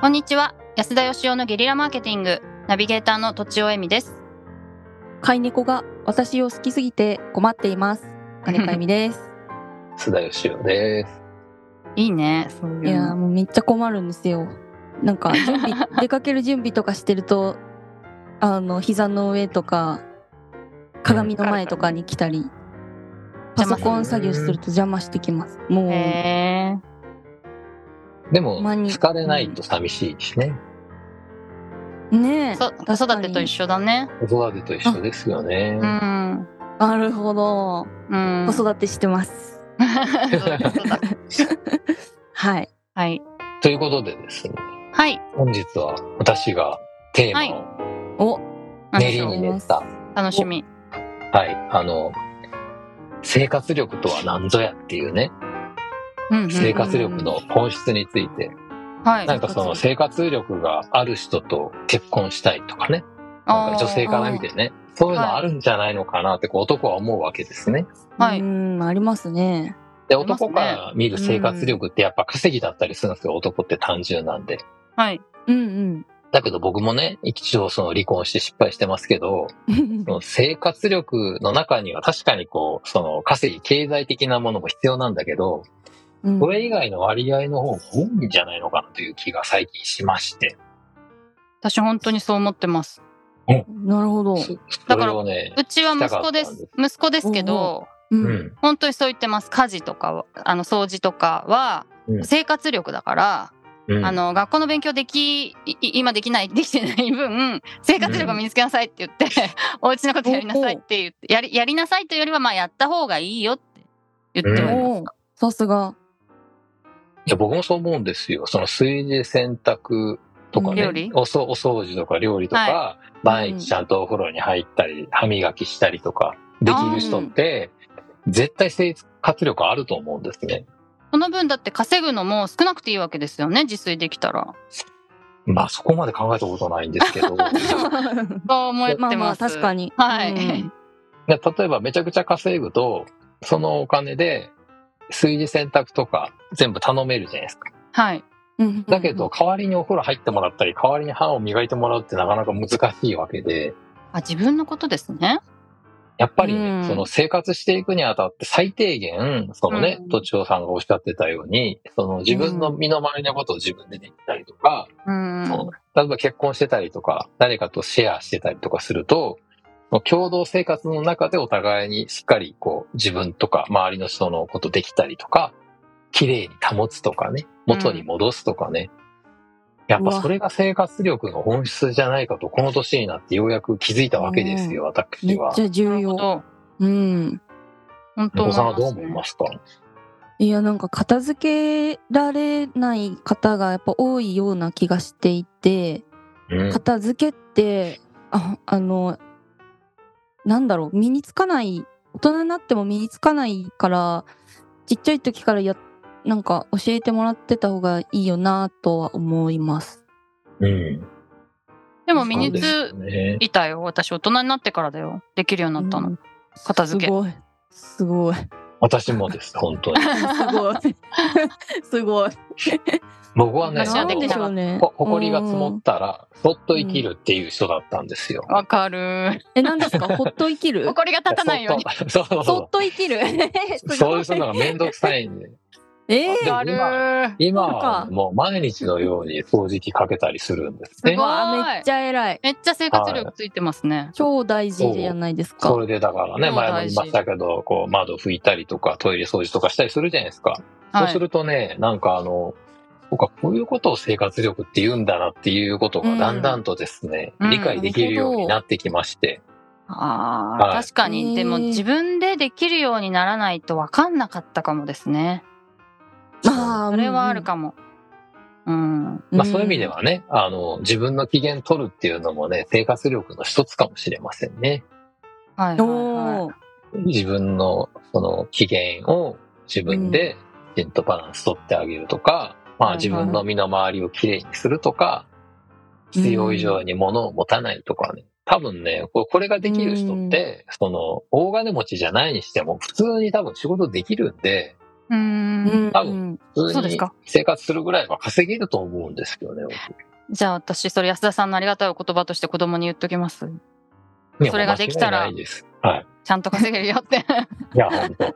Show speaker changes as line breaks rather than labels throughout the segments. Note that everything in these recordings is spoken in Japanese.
こんにちは安田義雄のゲリラマーケティングナビゲーターの土尾恵美です
飼い猫が私を好きすぎて困っています金子由美です
須田義雄です。
いいねそう いうの
いやーもうめっちゃ困るんですよなんか準備出かける準備とかしてると あの膝の上とか鏡の前とかに来たりパ
邪魔
ソ
する
コン作業すると邪魔してきますもう
へ
でも、
まあに
疲れないと寂しいしね。
ねえ
え子
確か
育
に
てと一緒だね
子育てと一緒ですよね
う。ん
なるほど
うん
子育てしてます、
てそうだそうだ
はい
はい
ということでですね、
はい
本日は私がテーマを、
お
なんで
練
し
り
ょう
に練った、
楽しみ
はい、あの、生活力とは何ぞやっていうね、
うんうん
生活力の本質について、
はい
なんかその生活力がある人と結婚したいとかね、なんか女性から見てね、そういうのあるんじゃないのかなってこう男は思うわけですね。
はい
うんありますね
で、
ありますね
男から見る生活力ってやっぱ稼ぎだったりするんですよ、男って単純なんで。
はい
うん
だけど僕もね、一応その離婚して失敗してますけど、
うん
その生活力の中には確かにこう、その稼ぎ、経済的なものも必要なんだけど、
うん
それ以外の割合の方が多いんじゃないのかなという気が最近しまして。
私本当にそう思ってます
なるほど、
そ
だ
そ
か
れ
ら
をね、
うちは息子で
した
す
か
息子ですけど
う
うんん。
本当にそう言ってます家事とかはあの掃除とかは
うん
生活力だから、
うん
あの学校の勉強できいい今できない できてない分生活力を身につけなさいって言って、お家のことやりなさいって言ってやりやりなさいというよりはまあやった方がいいよって言っておりま
お
す
ーさすが
いや僕もそう思うんですよ。その炊事、洗濯とかね、
うん料理
おそお掃除とか料理とか、
は
毎日ちゃんとお風呂に入ったり、歯磨きしたりとか、できる人って、絶対生活力あると思うんですね。
その分だって稼ぐのも少なくていいわけですよね自炊できたら
まあそこまで考えたことないんですけど、
そう思って
ま
ま
あ
す
まあ確か
に
に。
はい
うん
で例えばめちゃくちゃ稼ぐと、そのお金で、炊事洗濯とか全部頼めるじゃないですか。
はい
うん
だけど、代わりにお風呂入ってもらったり、代わりに歯を磨いてもらうってなかなか難しいわけで、
あ自分のことですね
やっぱりね、
うん
その生活していくにあたって最低限、そのね
うん、
土地尾さんがおっしゃってたように、その自分の身の回りのことを自分でできたりとか、
うん
その例えば結婚してたりとか、誰かとシェアしてたりとかすると、その共同生活の中でお互いにしっかりこう自分とか周りの人のことできたりとか、綺麗に保つとかね、元に戻すとかね。やっぱそれが生活力の本質じゃないかと、この年になってようやく気づいたわけですよ、
め
私
っ
は
ち。ゃ
な
重
るほ
要。
ど
うん。
本当
お子さんはどう
思います
思い
ね
ますか
いやなんか片付けられない方がやっぱ多いような気がしていて、
うん
片付けってああのなんだろう身につかない大人になっても身につかないからちっちゃい時からやなんか教えてもらってた方がいいよなとは思います。
うん。
でも身に
そうで
つ
すね。
いたよ私大人になってからだよできるようになったの、
うん
片付け
すごい。すごい。
私もです、本当に。
すごい。 すごい。
僕はね、
昔
あ
は
の
できなかった
うね
ほ、ほこりが積もったら、そっと生きるっていう人だったんですよ。
わかる。
え、なんです かほっと生きる
怒りが立たないように。
そっと。そう
そっ
そ
と生きる
う。
す
そう
ご
いう
い。
のがめんどくさいんで。
えー
でも
わかる。
今
そう
は
か
もう毎日のように掃除機かけたりするんですね
す
う。
ごい
わめっちゃ偉い。
めっちゃ生活力ついてますね。
超大事じゃないですか
そ。れでだからね、
そう
前も言いましたけど、こう窓拭いたりとかトイレ掃除とかしたりするじゃないですか。そう
は
す
い。
るとね、なんかあの、僕はこういうことを生活力って言うんだなっていうことがだんだんとですね、
うん
理解できるようになってきまして、
あ
は
あ、
い
確かに。でも
えー
自分でできるようにならないと分かんなかったかもですね。
ああ、
それはあるかも。うん。
うん。
まあそういう意味ではね、あの、自分の機嫌取るっていうのもね、生活力の一つかもしれませんね。
はいはい、
うん。
は
おー
自分のその機嫌を自分できちんとバランス取ってあげるとか、ま
はいは
あ
い
自分の身の回りをきれいにするとか、必要以上に物を持たないとかね。多分ね、ここれができる人って、その、大金持ちじゃないにしても、普通に多分仕事できるんで、
うーん。
多
分。
普
そ
通
うです
に
か
生活するぐらいは稼げると思うんですけどね。
じゃあ私、それ安田さんのありがたいお言葉として子供に言っときます。
僕
それができたら
いや間違いないです。はい。
ちゃんと稼げるよ って。
いや、本当。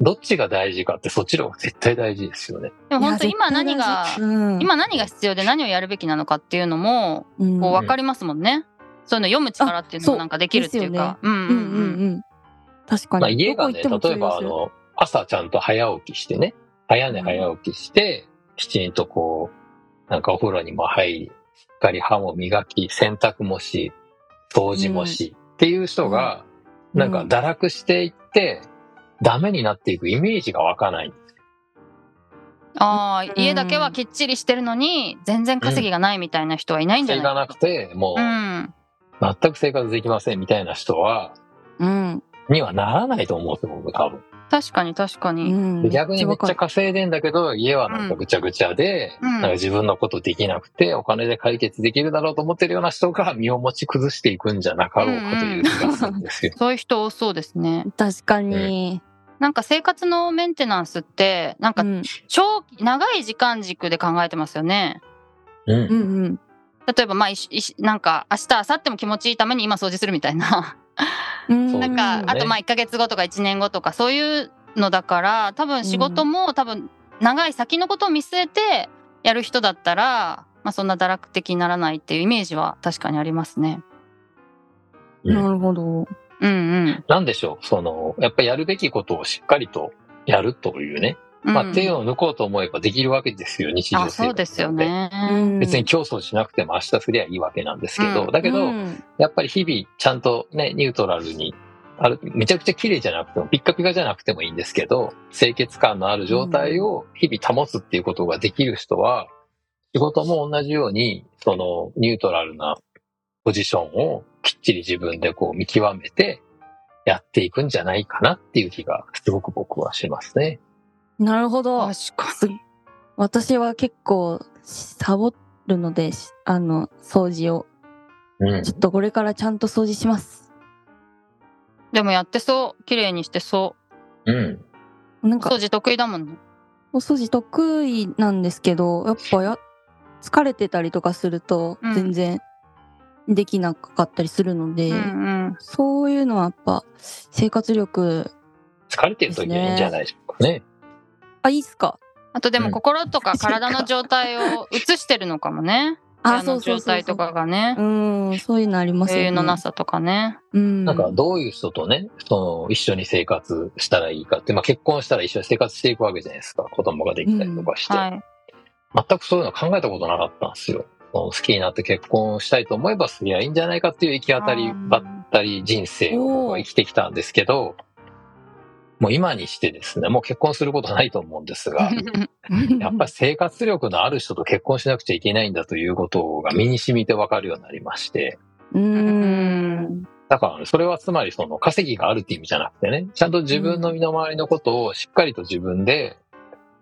どっちが大事かってそっちの方が絶対大事ですよね。
でも本当
いや
今何が、
絶対大事うん、
今何が必要で何をやるべきなのかっていうのも、
うん、
こう分かりますもんね。そういうの読む力っていうのもなんかできるっていうか。うん
う
うん
うん
うん。
んうん。確かに。
まあ、家がね、
どこ行って
例
も
え
通用
ばあ
する
の、朝ちゃんと早起きしてね、早寝早起きして、きちんとこう、なんかお風呂にも入り、しっかり歯も磨き、洗濯もし、掃除もし、っていう人が、
うん
なんか堕落していって、ダメになっていくイメージが湧かない。
ああ、
うん
家だけはきっちりしてるのに、全然稼ぎがないみたいな人はいないんじゃ
稼
ない
がなくて、もう、
うん。
全く生活できませんみたいな人は、
うん。
にはならないと思うんですよ、僕多分。
確かに確かに。
うん、
逆にめっち
か
ゃ稼いでんだけど、家はなんかぐちゃぐちゃで、
うん
なんか自分のことできなくて、お金で解決できるだろうと思ってるような人が身を持ち崩していくんじゃなかろうかという気がするんですよ。
そういう人多そうですね。
確かに。
なんか生活のメンテナンスって、なん
う
か
ん。
長期、長い時間軸で考えてますよね。
う。
うんんうん。
例えば、まあ、いしいしなんか明日、明後日も気持ちいいために今掃除するみたいな。
うん。
な
な
んん
か
か、
うん
あとまあ1ヶ月後とか1年後とかそういうのだから、多分仕事も多分長い先のことを見据えてやる人だったら、まあそんな堕落的にならないっていうイメージは確かにありますね。
なるほど。
うんうん。
なんでしょう、その、やっぱりやるべきことをしっかりとやるというね。
うん
まあ、手を抜こうと思えばできるわけですよ、日
あ
常生活
そうですよ
なんで。
ね。
うん
別に競争しなくても明日すりゃいいわけなんですけど、
うん
だけど、
うん
やっぱり日々ちゃんとね、ニュートラルに、あるめちゃくちゃ綺麗じゃなくても、ピッカピカじゃなくてもいいんですけど、清潔感のある状態を日々保つっていうことができる人は、仕事も同じように、そのニュートラルなポジションをきっちり自分でこう見極めてやっていくんじゃないかなっていう気がすごく僕はしますね。
なるほど。
確
す私は結構、サボるので、しあの、掃除を。
うん
ち。ょっとこれからちゃんと掃除します。
でもやってそう。綺麗にしてそ
うん。
なん
う。
か
掃、除得意だもんね。
お掃除得意なんですけど、やっぱや、疲れてたりとかすると
う、ん
全然できなかったりするので、
うんうん。
そういうのはやっぱ生活力
疲れてる時はいいんじゃないでしょうかね。
あいいっすか
あとで
う
も
ん
心とか体の状態を映してるのかもね。
あ
部屋の状態とかがね
う。んそういうのありますよ
余
ね
裕のなさとかね。
うん
なんかどういう人とね、その一緒に生活したらいいかって、まあ結婚したら一緒に生活していくわけじゃないですか。子供ができたりとかして。
はい。
全くそういうの考えたことなかったんですよ。その好きになって結婚したいと思えばすりゃいいんじゃないかっていう行き当たり
あー
ばったり人生を僕は生きてきたんですけど、もう今にしてですね、もう結婚することはないと思うんで すが、やっぱり生活力のある人と結婚しなくちゃいけないんだということが身に染みてわかるようになりまして、
う
うんん。
だからね、それはつまりその稼ぎがあるって意味じゃなくてね、ちゃんと自分の身の回りのことをしっかりと自分で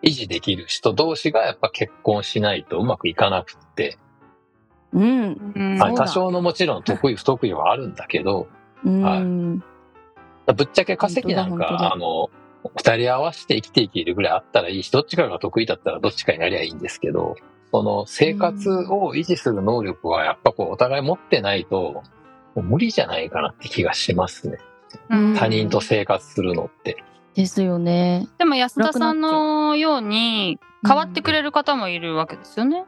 維持できる人同士がやっぱ結婚しないとうまくいかなくって、
うん
うん
はい
そうだ
多少のもちろん 得意不得意はあるんだけど、
うん
ぶっちゃけ稼ぎなん
本当だ
か、あの、二人合わせて生きていけるぐらいあったらいいし、どっちかが得意だったらどっちかになりゃいいんですけど、その生活を維持する能力はやっぱこうお互い持ってないと、もう無理じゃないかなって気がしますね。
うん
他人と生活するのって。
ですよね
でも安田さんのように変わってくれる方もいるわけですよね。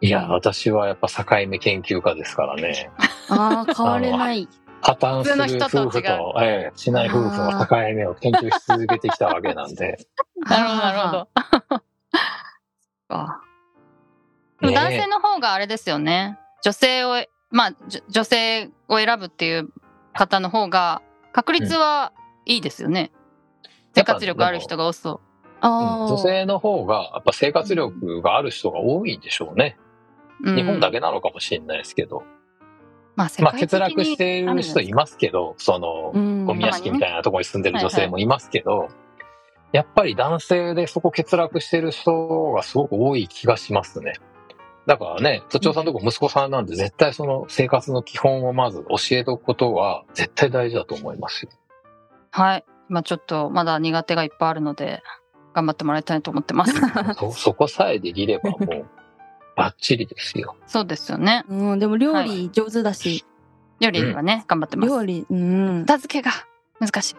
いや、私はやっぱ境目研究家ですからね。
ああ変われない
破綻
普通の
する
人と違う
夫婦と、ええしない夫婦の境目を研究し続けてきたわけなんで。
なるほど、なるほど。あでも男性
ね
の方があれですよね。女性を、まあ、じょ女性を選ぶっていう方の方が、確率はいいですよね。生活力ある人が多そ
えうん
ああ
女性の方がやっぱ生活力がある人が多いんでしょうね。
う。うん
日本だけなのかもしれないですけど。
まあ、世
まあ
界的
欠
に
落している人いますけど、その、
うん
ゴミ屋敷みたいなところに住んでる女性もいますけど、やっぱり男性でそこ欠落してる人がすごく多い気がしますね。だからね、都庁さんのとこ息子さんなんで絶対その生活の基本をまず教えておくことは絶 対大事だと思いますよ。
はい。まあ、ちょっとまだ苦手がいっぱいあるので、頑張ってもらいたいと思って ます。
そ、そこさえできればもう、バッチリですよ。
そうですよね。
うん、でも料
は
理上手だし、
料理はね、頑張ってます。
料理、うん。
片付けが難しい。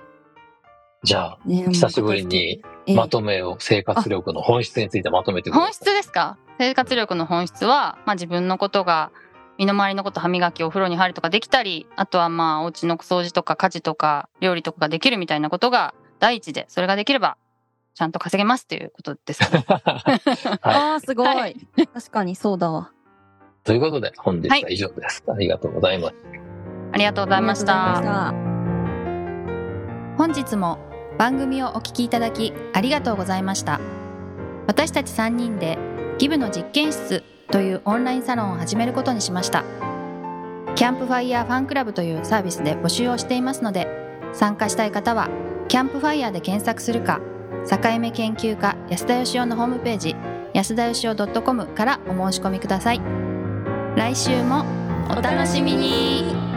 じゃあ、
ね
久しぶりに、
ええ
まとめを、生活力の本質についてまとめてください
本質ですか生活力の本質は、まあ、自分のことが身の回りのこと歯磨きお風呂に入るとかできたりあとはまあお家の掃除とか家事とか料理とかができるみたいなことが第一でそれができればちゃんと稼げますっていうことですか ね
ああ、すごい,、
は
確かにそうだわ。
ということで、本日は以上です。ありがとうございます。
ありがとうございまし
ありがとうございま
た
し。た。
本日も番組をお聞きいただきありがとうございました私たち3人でギブの実験室というオンラインサロンを始めることにしましたキャンプファイヤーファンクラブというサービスで募集をしていますので参加したい方はキャンプファイヤーで検索するか境目研究家安田義雄のホームページ安田義雄 .com からお申し込みください来週もお楽しみに